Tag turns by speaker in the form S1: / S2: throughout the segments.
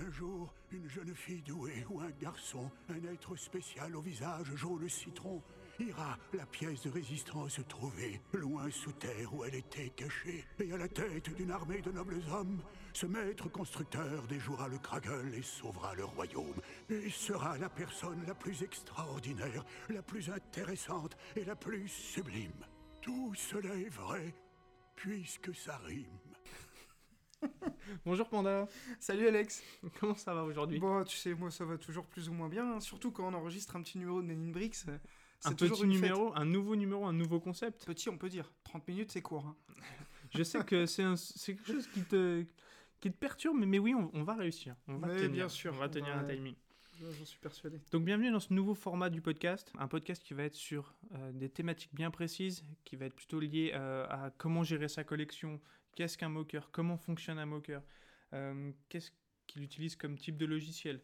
S1: Un jour, une jeune fille douée ou un garçon, un être spécial au visage jaune citron, ira la pièce de résistance trouver, loin sous terre où elle était cachée, et à la tête d'une armée de nobles hommes, ce maître constructeur déjouera le Kragel et sauvera le royaume, et sera la personne la plus extraordinaire, la plus intéressante et la plus sublime. Tout cela est vrai, puisque ça rime.
S2: Bonjour Panda,
S3: Salut Alex
S2: comment ça va aujourd'hui
S3: Bon, tu sais, moi ça va toujours plus ou moins bien, hein, surtout quand on enregistre un petit numéro de Nenin Bricks. euh,
S2: Un
S3: C'est toujours
S2: petit
S3: une
S2: numéro, un nouveau numéro, un nouveau
S3: fête.
S2: concept.
S3: Petit, on peut dire. 30 minutes, c'est court. hein.
S2: Je sais que c'est un- c'est quelque chose qui te, qui te perturbe, mais, mais oui, on, on va réussir. On va
S3: Mais
S2: tenir,
S3: bien sûr,
S2: on va
S3: on
S2: tenir
S3: va-
S2: un timing.
S3: J'en suis persuadé.
S2: Donc bienvenue dans ce nouveau format du podcast, un podcast qui va être sur euh, des thématiques bien précises, qui va être plutôt lié euh, à comment gérer sa collection, qu'est-ce qu'un moqueur, comment fonctionne un moqueur, euh, qu'est-ce qu'il utilise comme type de logiciel,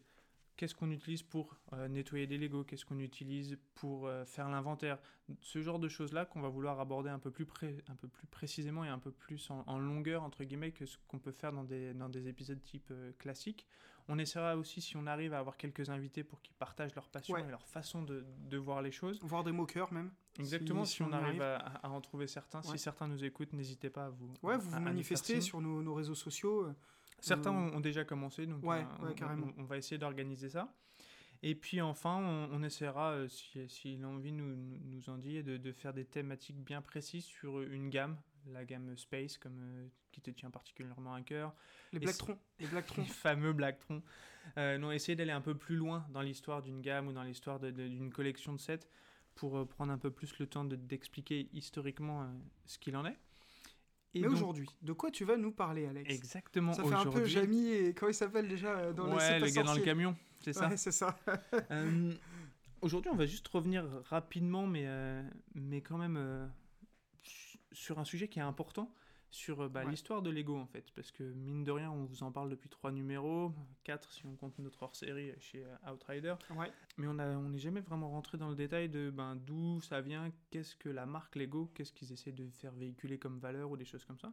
S2: qu'est-ce qu'on utilise pour euh, nettoyer des Lego, qu'est-ce qu'on utilise pour euh, faire l'inventaire, ce genre de choses-là qu'on va vouloir aborder un peu plus, pré- un peu plus précisément et un peu plus en, en longueur, entre guillemets, que ce qu'on peut faire dans des, dans des épisodes type euh, classique. On essaiera aussi, si on arrive à avoir quelques invités pour qu'ils partagent leur passion
S3: Ouais.
S2: et leur façon de, de voir les choses.
S3: Voir des moqueurs même.
S2: Exactement, si, on, arrive,
S3: y
S2: à, à en trouver certains. Si
S3: Ouais.
S2: certains nous écoutent, n'hésitez pas à vous.
S3: Ouais, vous
S2: à- à nous faire
S3: vous
S2: signe.
S3: manifestez sur nos, nos réseaux sociaux. euh,
S2: Certains
S3: Euh,
S2: ont, ont déjà commencé, donc
S3: ouais,
S2: euh,
S3: ouais,
S2: on-
S3: carrément.
S2: On, on va essayer d'organiser ça. Et puis enfin, on, on essaiera, euh, si, si l'envie nous, nous- nous en dit, de, de faire des thématiques bien précises sur euh, une gamme, la gamme Space, comme, euh, qui te tient particulièrement à cœur,
S3: Les
S2: Et
S3: Blacktron. Les
S2: les
S3: Blacktron.
S2: fameux Blacktron. Euh, non, essayer d'aller un peu plus loin dans l'histoire d'une gamme ou dans l'histoire de- de- d'une collection de sets pour euh, prendre un peu plus le temps de- d'expliquer historiquement euh, ce qu'il en est. Et
S3: Mais
S2: donc-
S3: aujourd'hui, de quoi tu vas nous parler, Alex
S2: Exactement,
S3: Ça fait un peu
S2: aujourd'hui-
S3: Jamie et comment il s'appelle déjà euh, dans le
S2: ouais,
S3: C'est pas
S2: le gars dans le
S3: sorcier.
S2: camion, c'est ça.
S3: Ouais, c'est ça.
S2: Euh, Aujourd'hui, on va juste revenir rapidement, mais, euh, mais quand même euh, su- sur un sujet qui est important, sur euh, bah,
S3: Ouais.
S2: l'histoire de Lego en fait. Parce que mine de rien, on vous en parle depuis trois numéros, quatre si on compte notre hors-série chez euh, Outrider.
S3: Ouais.
S2: Mais on a- on n'est jamais vraiment rentré dans le détail de ben, d'où ça vient, qu'est-ce que la marque Lego, qu'est-ce qu'ils essaient de faire véhiculer comme valeur ou des choses comme ça.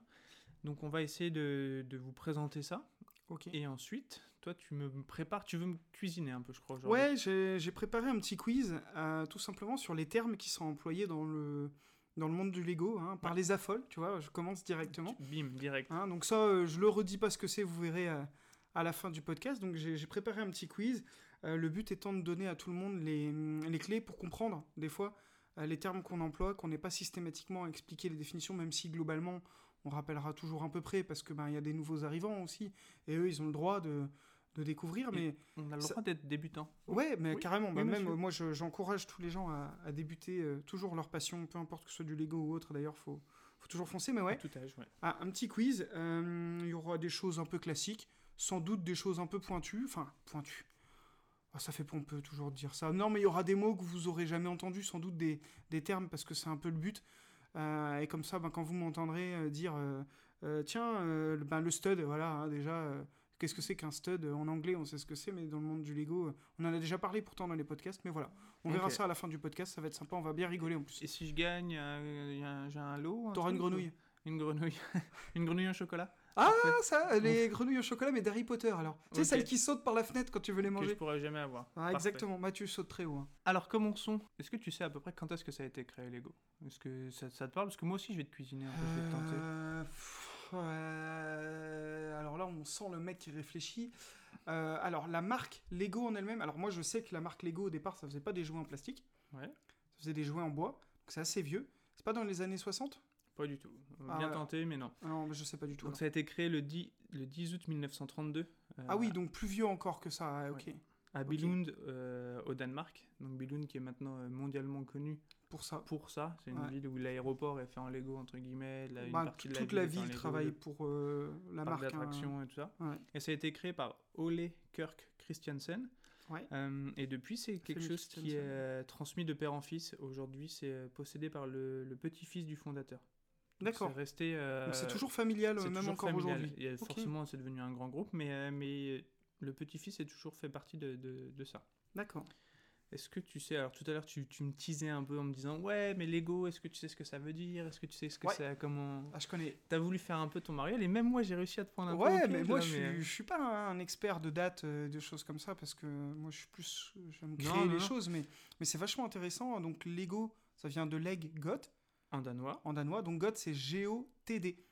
S2: Donc on va essayer de, de vous présenter ça.
S3: Ok.
S2: Et ensuite, toi, tu me prépares, tu veux me cuisiner un peu, je crois. aujourd'hui.
S3: Ouais, j'ai j'ai préparé un petit quiz, euh, tout simplement sur les termes qui sont employés dans le, dans le monde du Lego, hein, par les affoles, tu vois, je commence directement.
S2: Tu- Bim, direct.
S3: Hein, donc ça, euh, je le redis pas ce que c'est, vous verrez euh, à la fin du podcast. Donc j'ai j'ai préparé un petit quiz, euh, le but étant de donner à tout le monde les, hum, les clés pour comprendre, des fois, euh, les termes qu'on emploie, qu'on n'ait pas systématiquement à expliquer les définitions, même si globalement, on rappellera toujours à peu près, parce que ben, il y a des nouveaux arrivants aussi, et eux, ils ont le droit de, de découvrir,
S2: Et-
S3: mais...
S2: On a le
S3: Ça-
S2: droit d'être débutant.
S3: Ouais, mais
S2: Oui,
S3: carrément. bah, même
S2: monsieur.
S3: euh, moi, je- j'encourage tous les gens à, à débuter euh, toujours leur passion, peu importe que ce soit du Lego ou autre. D'ailleurs, faut, faut toujours foncer. Mais
S2: à
S3: ouais,
S2: Tout âge, ouais.
S3: Ah, un petit quiz. euh, Il y aura des choses un peu classiques, sans doute des choses un peu pointues. Enfin, pointues. Ah, ça fait pompeux toujours de dire ça. Non, mais il y aura des mots que vous aurez jamais entendus, sans doute des, des termes, parce que c'est un peu le but. Euh, et comme ça, ben, quand vous m'entendrez euh, dire, euh, euh, tiens, euh, le- ben, le stud, voilà, hein, déjà, euh, qu'est-ce que c'est qu'un stud En anglais, on sait ce que c'est, mais dans le monde du Lego, euh, on en a déjà parlé pourtant dans les podcasts, mais voilà. On verra
S2: Ok.
S3: ça à la fin du podcast, ça va être sympa, on va bien rigoler en plus.
S2: Et si je gagne, euh, y a un- j'ai un lot un
S3: T'auras une
S2: truc,
S3: grenouille.
S2: ou- Une grenouille. une grenouille en chocolat
S3: Ah, ça, les grenouilles au chocolat, mais d'Harry Potter alors. Tu sais,
S2: Ok.
S3: celles qui sautent par la fenêtre quand tu veux les
S2: que je
S3: manger.
S2: pourrais jamais avoir.
S3: Ah,
S2: Parfait.
S3: exactement, Mathieu saute très haut. hein.
S2: Alors, commençons. Est-ce que tu sais à peu près quand est-ce que ça a été créé, Lego Est-ce que ça, ça te parle Parce que moi aussi, je vais te cuisiner un peu, je vais te tenter.
S3: Euh, pff, euh, alors là, on sent le mec qui réfléchit. Euh, alors, la marque Lego en elle-même. Alors, moi, je sais que la marque Lego au départ, ça faisait pas des jouets en plastique.
S2: Ouais.
S3: Ça faisait des jouets en bois. Donc, c'est assez vieux. C'est pas dans les années 60
S2: Pas du tout.
S3: Ah,
S2: Bien
S3: ouais.
S2: tenté, mais non.
S3: Ah Non, mais je sais pas du tout.
S2: Donc,
S3: alors.
S2: ça a été créé le 10, le 10 août 1932. euh,
S3: Ah oui, donc plus vieux encore que ça. ah, ok.
S2: Ouais. À Billund, euh, au Danemark. Donc, Billund qui est maintenant euh, mondialement connu
S3: Pour ça.
S2: pour ça. C'est une
S3: Ouais.
S2: ville où l'aéroport est fait en Lego, entre guillemets. la- une
S3: Bah,
S2: partie de
S3: toute la
S2: est en
S3: ville
S2: Lego,
S3: travaille
S2: le
S3: pour euh, la
S2: parc
S3: marque. hein.
S2: d'attractions et tout ça.
S3: Ouais.
S2: Et ça a été créé par Ole Kirk Christiansen.
S3: Ouais.
S2: Euh, et depuis, c'est quelque
S3: Famille
S2: chose qui est
S3: Christiansen.
S2: euh, transmis de père en fils. Aujourd'hui, c'est euh, possédé par le, le petit-fils du fondateur. Donc,
S3: D'accord.
S2: C'est resté. euh,
S3: Donc c'est toujours familial,
S2: c'est
S3: euh, même
S2: toujours
S3: encore
S2: familial.
S3: aujourd'hui.
S2: Et, euh,
S3: Ok.
S2: Forcément, c'est devenu un grand groupe, mais, euh, mais euh, le petit-fils est toujours fait partie de, de- de ça.
S3: D'accord.
S2: Est-ce que tu sais, alors tout à l'heure tu, tu me teasais un peu en me disant ouais mais Lego, est-ce que tu sais ce que ça veut dire Est-ce que tu sais ce que
S3: Ouais.
S2: ça comment
S3: Ah, je connais.
S2: T'as voulu faire un peu ton mariole et même moi j'ai réussi à te prendre un peu.
S3: Ouais,
S2: au
S3: mais
S2: piège,
S3: moi
S2: là,
S3: je,
S2: mais-
S3: suis, je suis pas un expert de dates, euh, de choses comme ça, parce que moi je suis plus. J'aime créer
S2: Non, non, non.
S3: les choses, mais, mais c'est vachement intéressant. Donc Lego, ça vient de Leg Got
S2: En euh, danois,
S3: en danois, donc God c'est G-O-T-D.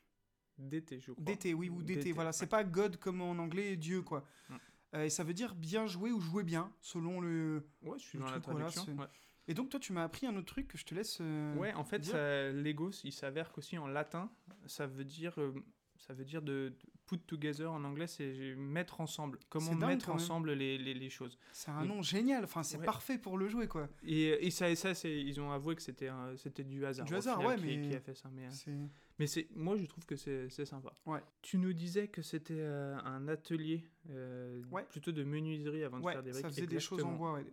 S2: DT je crois.
S3: DT, oui, ou DT,
S2: DT,
S3: voilà. C'est pas God comme en anglais, Dieu, quoi.
S2: Mm.
S3: Euh, et ça veut dire bien joué ou jouer bien, selon le.
S2: Ouais, je suis
S3: Le
S2: dans la
S3: truc, voilà,
S2: traduction. ouais.
S3: Et donc, toi, tu m'as appris un autre truc que je te laisse. euh,
S2: Ouais, en fait,
S3: dire.
S2: ça- Lego, il s'avère qu'aussi en latin, ça veut dire, euh, ça veut dire de, de put together en anglais, c'est mettre ensemble. Comment
S3: C'est dingue,
S2: mettre
S3: quand même.
S2: ensemble les, les, les choses.
S3: C'est un
S2: Mm.
S3: nom génial, enfin, c'est
S2: Ouais.
S3: parfait pour le jouer, quoi.
S2: Et, et ça, et ça c'est, ils ont avoué que c'était, un- c'était du hasard.
S3: Du
S2: au
S3: hasard,
S2: final,
S3: ouais,
S2: qui,
S3: mais-
S2: qui a fait ça. Mais, euh,
S3: C'est
S2: mais c'est, moi, je trouve que c'est, c'est sympa.
S3: Ouais.
S2: Tu nous disais que c'était euh, un atelier, euh,
S3: Ouais.
S2: plutôt de menuiserie avant de
S3: Ouais,
S2: faire des briques.
S3: ça faisait des choses en
S2: Exactement.
S3: bois. ouais.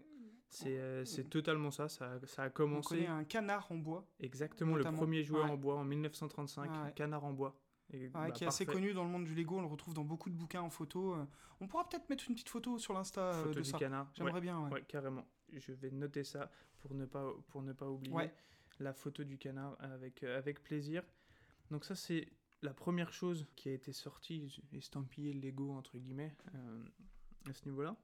S2: C'est, euh, c'est totalement ça. Ça, ça a
S3: On
S2: commencé.
S3: connaît un canard en bois,
S2: Exactement, le
S3: Notamment.
S2: premier joueur
S3: Ouais.
S2: en bois en 1935,
S3: Ouais.
S2: Canard en bois. Et,
S3: ouais,
S2: bah,
S3: qui est assez
S2: parfait.
S3: connu dans le monde du Lego. On le retrouve dans beaucoup de bouquins en photo. euh. On pourra peut-être mettre une petite photo sur l'Insta euh,
S2: Photo
S3: de
S2: du
S3: ça.
S2: canard.
S3: J'aimerais
S2: ouais,
S3: bien, ouais.
S2: ouais, carrément. Je vais noter ça pour ne pas, pour ne pas oublier
S3: Ouais.
S2: la photo du canard avec, euh, avec plaisir. Donc ça, c'est la première chose qui a été sortie, estampillée Lego, entre guillemets, euh, à ce niveau-là.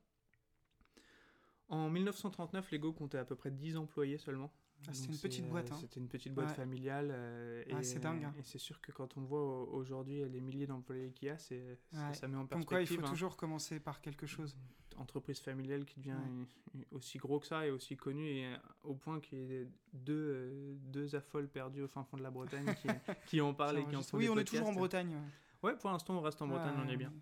S2: En 1939, Lego comptait à peu près 10 employés seulement.
S3: Ah, c'était
S2: Donc
S3: une petite
S2: c'est,
S3: boîte,
S2: euh,
S3: hein.
S2: C'était une petite boîte
S3: Ouais.
S2: familiale. euh,
S3: Ah,
S2: et,
S3: c'est dingue, hein.
S2: Et c'est sûr que quand on voit au- aujourd'hui les milliers d'employés qu'il y a, c'est, c'est-
S3: Ouais.
S2: ça met en
S3: Comme
S2: perspective.
S3: quoi, il faut
S2: hein.
S3: toujours commencer par quelque chose.
S2: Une entreprise familiale qui devient
S3: Ouais.
S2: une- une- aussi gros que ça et aussi connue et euh, au point qu'il y ait deux, euh, deux affoles perdues au fin fond de la Bretagne qui, qui en parlent et
S3: Ça
S2: qui en
S3: enregistre.
S2: font
S3: oui,
S2: des
S3: on est toujours en
S2: podcasts.
S3: Bretagne. ouais.
S2: Ouais, pour l'instant, on reste en Bretagne, on est
S3: Ouais,
S2: bien.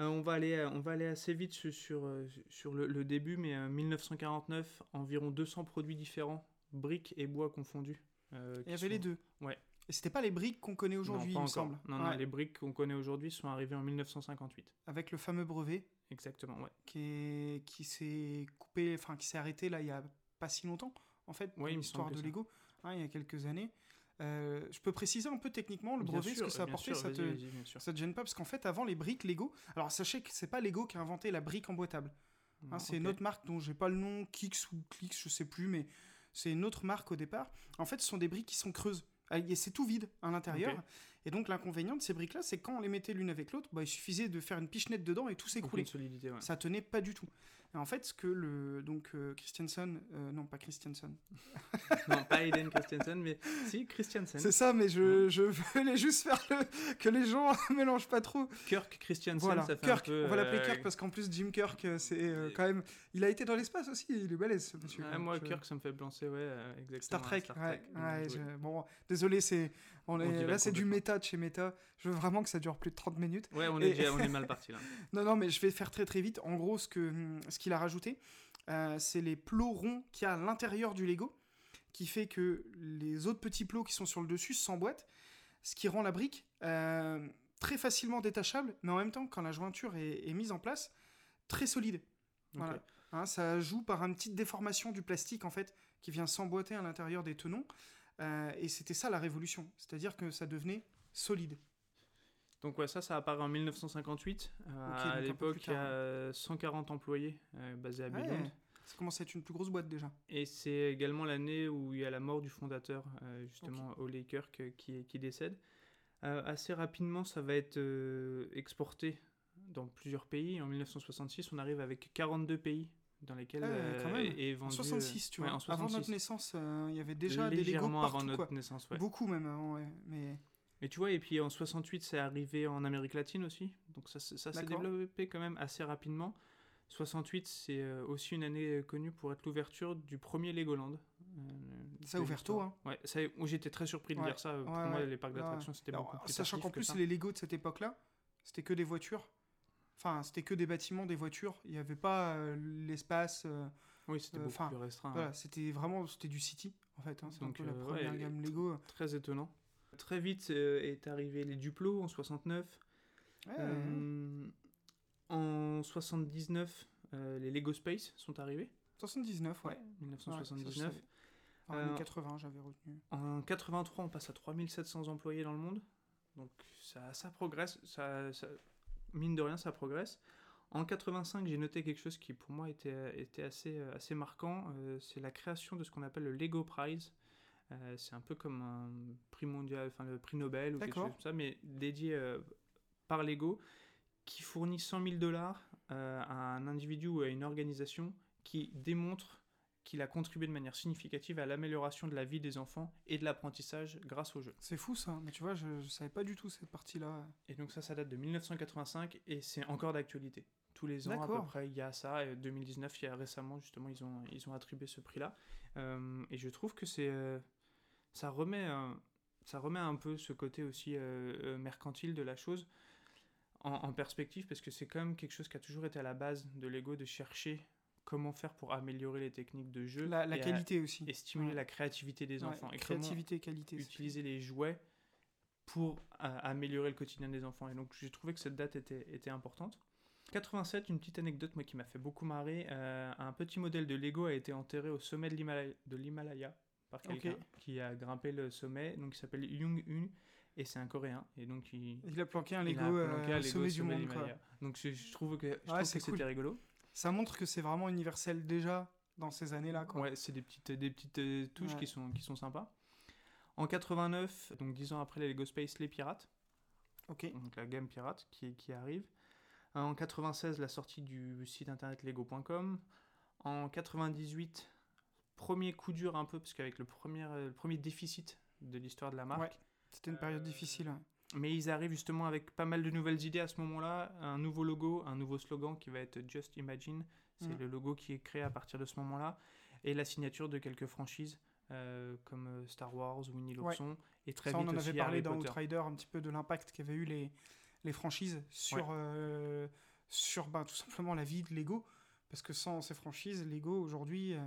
S2: Euh, on, va aller, euh, on va aller assez vite su- sur, euh, sur le, le début, mais euh, 1949, environ 200 produits différents, briques et bois confondus. euh,
S3: Il
S2: qui
S3: y avait les
S2: sont-
S3: deux.
S2: Ouais.
S3: Et c'était pas les briques qu'on connaît aujourd'hui,
S2: Non,
S3: il
S2: pas
S3: me
S2: encore.
S3: semble.
S2: Non, non,
S3: Ouais.
S2: les briques qu'on connaît aujourd'hui sont arrivées en 1958.
S3: Avec le fameux brevet
S2: Exactement, ouais.
S3: qui est- qui s'est coupé, enfin qui s'est arrêté là il y a pas si longtemps, en fait,
S2: Ouais, il
S3: dans
S2: me
S3: l'histoire
S2: semble
S3: de
S2: que ça.
S3: Lego, hein, il y a quelques années. Euh, je peux préciser un peu techniquement le
S2: Bien
S3: brevet, ce
S2: sûr,
S3: que ça a euh,
S2: bien
S3: apporté,
S2: sûr,
S3: ça
S2: vas-y,
S3: te,
S2: vas-y, bien sûr.
S3: ça te gêne pas parce qu'en fait avant les briques Lego, alors sachez que c'est pas Lego qui a inventé la brique emboîtable. Hein, c'est une
S2: Ah, Ok.
S3: autre marque dont j'ai pas le nom, Kix ou Clix, je sais plus, mais c'est une autre marque au départ. En fait, ce sont des briques qui sont creuses. Ah, et C'est tout vide à l'intérieur.
S2: Ok.
S3: Et donc, l'inconvénient de ces briques-là, c'est que quand on les mettait l'une avec l'autre, bah, il suffisait de faire une pichenette dedans et tout s'écroulait.
S2: Aucune solidité, ouais.
S3: Ça tenait pas du tout. Et en fait, ce que le. Donc, euh, Christensen. euh, non, pas Christensen.
S2: non, pas Aiden Christensen, mais si, Christiansen.
S3: C'est ça, mais je, je voulais juste faire le- que les gens mélangent pas trop.
S2: Kirk Christiansen,
S3: Voilà,
S2: ça fait
S3: Kirk.
S2: un peu...
S3: On va l'appeler
S2: euh,
S3: Kirk parce qu'en plus, Jim Kirk, euh, c'est euh,
S2: Et-
S3: quand même. Il a été dans l'espace aussi, il est balèze, ce monsieur.
S2: ouais,
S3: Donc,
S2: ah, moi,
S3: euh,
S2: Kirk, ça me fait penser, ouais, euh, exactement.
S3: Star
S2: à
S3: Trek, ouais, ouais,
S2: oui.
S3: je- bon, désolé, c'est, on
S2: On
S3: est-
S2: divague
S3: là c'est du
S2: complètement.
S3: méta de chez méta. Je veux vraiment que ça dure plus de 30 minutes.
S2: Ouais, on
S3: Et-
S2: est, déjà, on est mal parti, là.
S3: Non, non, mais je vais faire très très vite. En gros, ce, que, hum, ce qu'il a rajouté, euh, c'est les plots ronds qu'il y a à l'intérieur du Lego, qui fait que les autres petits plots qui sont sur le dessus s'emboîtent, ce qui rend la brique euh, très facilement détachable, mais en même temps, quand la jointure est, est mise en place, très solide. Voilà.
S2: Ok.
S3: Hein, ça joue par une petite déformation du plastique, en fait, qui vient s'emboîter à l'intérieur des tenons. Euh, et c'était ça la révolution. C'est-à-dire que ça devenait solide.
S2: Donc, ouais, ça, ça apparaît en 1958. Euh,
S3: Ok, donc un
S2: à
S3: peu
S2: l'époque,
S3: plus
S2: il y
S3: tard, hein.
S2: a euh, 140 employés euh, basés à
S3: Ouais,
S2: Billund.
S3: Ça commence à être une plus grosse boîte déjà.
S2: Et c'est également l'année où il y a la mort du fondateur, euh, justement, Ole Kirk, euh, qui, qui décède. Euh, assez rapidement, ça va être euh, exporté dans plusieurs pays. En 1966, on arrive avec 42 pays dans lesquels
S3: Ah ouais,
S2: euh,
S3: quand même.
S2: est vendu.
S3: en 66, tu
S2: ouais,
S3: vois.
S2: en
S3: Avant
S2: 66.
S3: notre naissance, euh, il y avait déjà des Lego
S2: légèrement
S3: partout,
S2: avant notre
S3: quoi.
S2: naissance, ouais.
S3: Beaucoup même, avant, ouais. Mais
S2: Et tu vois, et puis en 68, c'est arrivé en Amérique latine aussi. Donc ça, c'est- ça s'est
S3: D'accord.
S2: développé quand même assez rapidement. 68, c'est euh, aussi une année euh, connue pour être l'ouverture du premier Legoland. euh,
S3: Ça a
S2: de
S3: ouvert
S2: l'histoire.
S3: tôt, hein.
S2: Ouais, ça- oh, j'étais très surpris de
S3: Ouais,
S2: lire ça. Pour
S3: ouais,
S2: moi,
S3: ouais.
S2: les parcs
S3: Ouais,
S2: d'attractions, c'était
S3: alors,
S2: beaucoup plus
S3: sachant
S2: tardif
S3: qu'en
S2: que
S3: plus,
S2: ça.
S3: les Lego de cette époque-là, c'était que des voitures. Enfin, c'était que des bâtiments, des voitures. Il n'y avait pas euh, l'espace. euh,
S2: Oui, c'était
S3: euh,
S2: beaucoup
S3: enfin,
S2: plus restreint. hein.
S3: Voilà, c'était vraiment c'était du city, en fait. hein. C'est un
S2: Donc,
S3: peu la
S2: euh,
S3: première
S2: ouais,
S3: gamme Lego.
S2: Très étonnant. Très vite euh, est arrivé les Duplos en 69.
S3: Ouais,
S2: Euh, en 79, euh, les Lego Space sont arrivés.
S3: 79, ouais.
S2: 1979.
S3: Ouais, ça, je savais. En
S2: Euh,
S3: 80, j'avais retenu.
S2: En 83, on passe à 3700 employés dans le monde. Donc ça, ça progresse, ça, ça- mine de rien, ça progresse. En 85, j'ai noté quelque chose qui pour moi était, était assez, euh, assez marquant, euh, c'est la création de ce qu'on appelle le Lego Prize. Euh, c'est un peu comme un prix mondial, enfin le prix Nobel ou quelque
S3: D'accord.
S2: chose comme ça, mais dédié euh, par Lego, qui fournit 100 000 dollars euh, à un individu ou à une organisation qui démontre qu'il a contribué de manière significative à l'amélioration de la vie des enfants et de l'apprentissage grâce au jeu.
S3: C'est fou ça, mais tu vois, je, je savais pas du tout cette partie-là.
S2: Et donc ça, ça date de 1985 et c'est encore d'actualité. Tous les ans, à peu
S3: D'accord.
S2: près, il y a ça. Et 2019, il y a récemment, justement, ils ont, ils ont attribué ce prix-là. Euh, et je trouve que c'est, euh, ça, remet, un- ça remet un peu ce côté aussi euh, euh, mercantile de la chose en, en perspective, parce que c'est quand même quelque chose qui a toujours été à la base de l'ego, de chercher comment faire pour améliorer les techniques de jeu.
S3: La, la
S2: et à-
S3: qualité aussi.
S2: Et stimuler
S3: Ouais.
S2: la créativité des
S3: Ouais,
S2: enfants. Et comment-
S3: créativité, qualité. c'est-
S2: utiliser les jouets pour euh, améliorer le quotidien des enfants. Et donc j'ai trouvé que cette date était, était importante. 87, une petite anecdote moi qui m'a fait beaucoup marrer. euh, un petit modèle de Lego a été enterré au sommet de l'Himalaya- de l'Himalaya par quelqu'un
S3: Ok.
S2: qui a grimpé le sommet. Donc il s'appelle Jung Un et c'est un Coréen. Et donc il,
S3: Il a planqué un
S2: il
S3: Lego,
S2: a
S3: euh,
S2: planqué un
S3: au
S2: Lego
S3: sommet du
S2: de
S3: monde. Quoi.
S2: l'Himalaya. Donc je, je trouve que, je trouve que
S3: c'est
S2: c'était
S3: cool.
S2: rigolo.
S3: Ça montre que c'est vraiment universel déjà dans ces années-là. Quoi.
S2: Ouais, c'est des petites, des petites euh, touches
S3: Ouais.
S2: qui, sont, qui sont sympas. En 89, donc 10 ans après les Lego Space, les pirates.
S3: Ok.
S2: donc la gamme pirate qui, qui arrive. Euh, En 96, la sortie du site internet lego.com. En 98, premier coup dur un peu, parce qu'avec le premier, euh, le premier déficit de l'histoire de la marque.
S3: Ouais. C'était une période
S2: Euh,
S3: difficile. ouais.
S2: Mais ils arrivent justement avec pas mal de nouvelles idées à ce moment-là. Un nouveau logo, un nouveau slogan qui va être Just Imagine. C'est
S3: Mm.
S2: le logo qui est créé à partir de ce moment-là. Et la signature de quelques franchises euh, comme euh, Star Wars, Winnie
S3: Ouais.
S2: l'ourson. Et très
S3: Ça, on
S2: vite
S3: en
S2: aussi
S3: avait parlé
S2: Harry
S3: dans
S2: Potter.
S3: Outrider, un petit peu de l'impact qu'avaient eu les, les franchises sur, euh, sur bah, tout simplement la vie de Lego. Parce que sans ces franchises, Lego aujourd'hui, euh,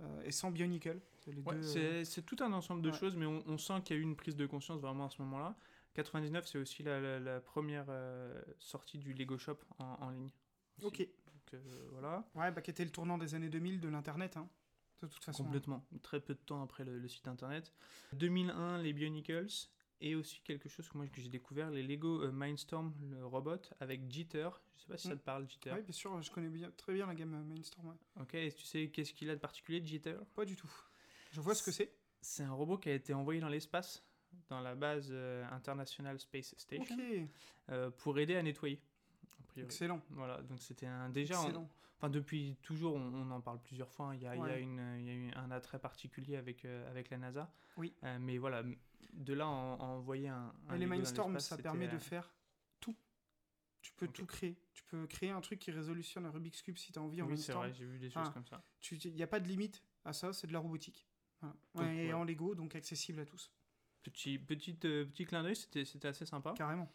S3: euh, et sans Bionicle, c'est les
S2: Ouais,
S3: deux, euh,
S2: c'est- c'est tout un ensemble de
S3: ouais.
S2: choses, mais on, on sent qu'il y a eu une prise de conscience vraiment à ce moment-là. 99, c'est aussi la, la- la première euh, sortie du Lego Shop en, en ligne. aussi.
S3: Ok.
S2: Donc, euh, voilà,
S3: Ouais, bah, qui était le tournant des années 2000 de l'Internet, hein, de toute façon.
S2: complètement. Très peu de temps après le, le site internet. 2001, les Bionicles. Et aussi quelque chose que moi que j'ai découvert, les Lego euh, Mindstorm, le robot, avec Jitter. Je sais pas si ça
S3: Mm.
S2: te parle, Jitter.
S3: Oui, bien sûr, je connais bien, très bien la gamme euh, Mainstorm. ouais.
S2: Ok, et tu sais qu'est-ce qu'il a de particulier, Jitter
S3: Pas du tout. Je vois ce que c'est.
S2: C'est un robot qui a été envoyé dans l'espace, dans la base euh, International Space Station.
S3: Ok,
S2: euh, pour aider à nettoyer. a priori.
S3: excellent.
S2: Voilà, donc c'était un déjà. on-
S3: excellent.
S2: Enfin, depuis toujours, on, on en parle plusieurs fois. hein, Il y a, il y a
S3: Ouais.
S2: une, euh, il y a eu un attrait particulier avec, euh, avec la NASA.
S3: Oui.
S2: Euh, mais voilà, m- de là, on, envoyer un. un
S3: Et les
S2: Lego dans
S3: Mindstorm,
S2: l'espace,
S3: ça
S2: c'était,
S3: permet de
S2: euh,
S3: faire tout. Tu peux
S2: Ok.
S3: tout créer. Tu peux créer un truc qui résolutionne un Rubik's Cube si tu as envie en
S2: euh, Oui, c'est
S3: Mindstorm.
S2: vrai, j'ai vu des choses
S3: Ah.
S2: comme ça.
S3: Il n'y a pas de limite à ça, c'est de la robotique. Voilà.
S2: Donc,
S3: Ouais, et
S2: ouais.
S3: en Lego, donc accessible à tous.
S2: Petit, petite, euh, petit clin d'œil, c'était c'était assez sympa.
S3: Carrément.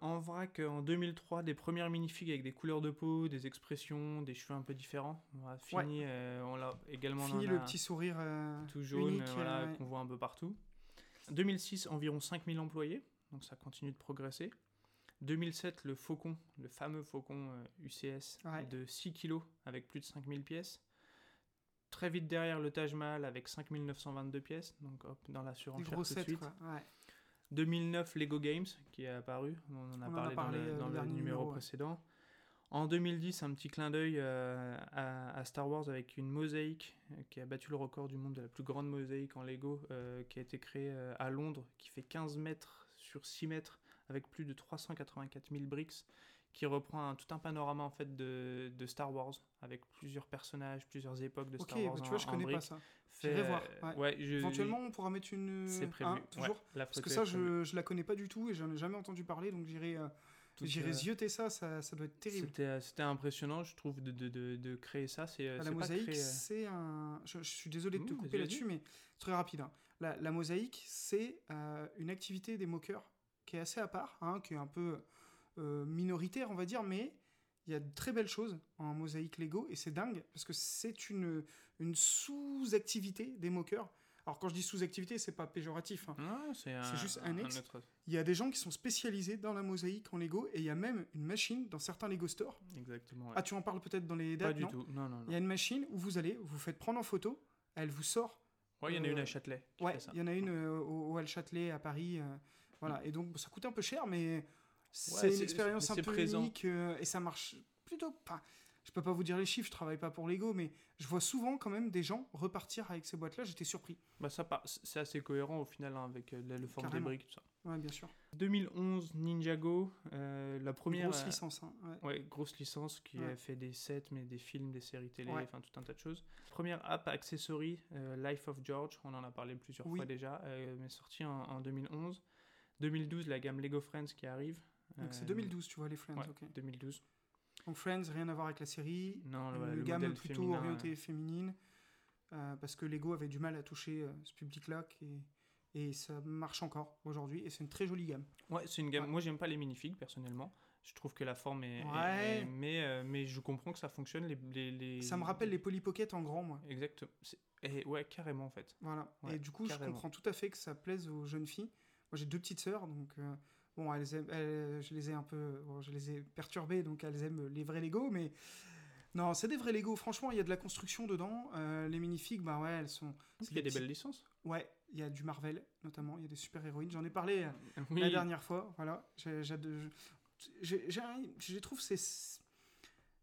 S2: En vrac, euh, en 2003, des premières minifigs avec des couleurs de peau, des expressions, des cheveux un peu différents. On a fini, euh, on l'a également. on
S3: Fini
S2: en
S3: le
S2: a-
S3: petit sourire euh,
S2: tout jaune,
S3: unique,
S2: euh, voilà,
S3: euh, ouais.
S2: qu'on voit un peu partout. 2006, environ 5000 employés, donc ça continue de progresser. 2007, le Faucon, le fameux Faucon euh, UCS
S3: Ouais.
S2: de 6 kilos avec plus de 5000 pièces. Très vite derrière, le Taj Mahal avec 5922 pièces, donc hop, dans la
S3: des
S2: surenchère
S3: gros
S2: tout de
S3: sets.
S2: suite.
S3: quoi. Ouais.
S2: 2009, Lego Games qui est apparu, on en a
S3: On en a
S2: parlé,
S3: parlé,
S2: dans le,
S3: euh,
S2: dans
S3: le
S2: le
S3: dernier
S2: numéro,
S3: numéro, ouais.
S2: précédent. En 2010, un petit clin d'œil euh, à, à Star Wars avec une mosaïque euh, qui a battu le record du monde de la plus grande mosaïque en Lego euh, qui a été créée euh, à Londres, qui fait 15 mètres sur 6 mètres avec plus de 384 000 briques, qui reprend un- tout un panorama en fait de, de Star Wars avec plusieurs personnages, plusieurs époques de
S3: Ok,
S2: Star Wars.
S3: bah, tu
S2: en-
S3: vois, je
S2: en
S3: connais pas
S2: briques.
S3: ça.
S2: Fait,
S3: J'irai voir,
S2: euh,
S3: ouais.
S2: ouais, je-
S3: Éventuellement, on pourra mettre une.
S2: c'est
S3: un,
S2: prévu. ouais,
S3: toujours.
S2: la
S3: Parce
S2: photo
S3: que
S2: est
S3: ça, je
S2: prévue.
S3: je la connais pas du tout et j'en ai jamais entendu parler, donc j'irai euh,
S2: Toute,
S3: j'irai
S2: euh,
S3: zioter ça, ça, ça doit être terrible.
S2: C'était, euh, c'était impressionnant, je trouve, de, de, de, de créer ça. C'est, euh,
S3: Ah,
S2: c'est
S3: la
S2: pas
S3: mosaïque,
S2: créé, euh,
S3: c'est un. Je, je suis désolé de te
S2: Non,
S3: couper
S2: vas-y,
S3: là-dessus, mais très rapide. hein. La, la mosaïque, c'est euh, une activité des moqueurs qui est assez à part, hein, qui est un peu euh, minoritaire, on va dire, mais il y a de très belles choses en mosaïque Lego et c'est dingue parce que c'est une, une sous-activité des moqueurs. Alors, quand je dis sous-activité, c'est pas péjoratif. hein.
S2: non, euh, c'est,
S3: juste un ex.
S2: autre-
S3: Il y a des gens qui sont spécialisés dans la mosaïque en Lego et il y a même une machine dans certains Lego stores.
S2: Exactement. ouais.
S3: Ah, tu en parles peut-être dans les
S2: pas
S3: dates
S2: du
S3: non
S2: tout. Non, non, non.
S3: Il y a une machine où vous allez, vous faites prendre en photo, elle vous sort.
S2: Ouais, il y en a une
S3: euh,
S2: à Châtelet. qui
S3: Ouais,
S2: fait ça. Mm.
S3: il y en a une euh, au, au Al-Châtelet à Paris. euh, voilà, et donc ça coûte un peu cher, mais c'est
S2: c'est-
S3: une expérience
S2: mais
S3: un
S2: c'est
S3: peu
S2: présent.
S3: unique euh, et ça marche plutôt pas. Je peux pas vous dire les chiffres, je travaille pas pour Lego, mais je vois souvent quand même des gens repartir avec ces boîtes-là. J'étais surpris.
S2: Bah, ça part- c'est assez cohérent au final hein, avec euh, la- le forme des
S3: Carrément.
S2: briques, tout ça.
S3: Ouais, bien sûr.
S2: 2011, Ninjago, euh, la première.
S3: Grosse
S2: euh,
S3: licence. hein, ouais.
S2: Ouais, grosse licence qui
S3: Ouais.
S2: a fait des sets, mais des films, des séries télé,
S3: Ouais.
S2: enfin tout un tas de choses. Première app accessory, euh, Life of George, on en a parlé plusieurs
S3: Oui.
S2: fois déjà, euh, mais sortie en, en 2011. 2012, la gamme Lego Friends qui arrive.
S3: Donc c'est
S2: euh,
S3: 2012, tu vois, les Friends.
S2: ouais,
S3: ok.
S2: 2012.
S3: Donc Friends, rien à voir avec la série.
S2: Non,
S3: Une
S2: voilà, le
S3: gamme
S2: modèle
S3: plutôt
S2: féminin, euh,
S3: orientée féminine. euh, parce que Lego avait du mal à toucher euh, ce public-là. qui- Et ça marche encore aujourd'hui. Et c'est une très jolie gamme.
S2: euh, Ouais, c'est une gamme.
S3: Ouais.
S2: Moi, j'aime pas les minifigs personnellement. Je trouve que la forme est. est-
S3: Ouais.
S2: est- mais, euh, mais je comprends que ça fonctionne. Les, les, les-
S3: Ça me rappelle les Polly Pocket en grand, moi.
S2: Exactement. C'est- eh, ouais, carrément en fait.
S3: Voilà.
S2: Ouais,
S3: et du coup, je
S2: carrément.
S3: comprends tout à fait que ça plaise aux jeunes filles. Moi, j'ai deux petites sœurs, donc euh, bon, elles aiment- elles- je les ai un peu, bon, je les ai perturbées, donc elles aiment les vrais Lego, mais non, c'est des vrais Lego. Franchement, il y a de la construction dedans. Euh, les minifigs, bah ouais, elles sont.
S2: Parce
S3: c'est
S2: qu'il y a des
S3: petits-
S2: belles licences.
S3: Ouais, il y a du Marvel notamment. Il y a des super héroïnes. J'en ai parlé euh,
S2: Oui.
S3: la dernière fois. Voilà, J'ai- j'ai de- j'ai- j'ai un- je trouve c'est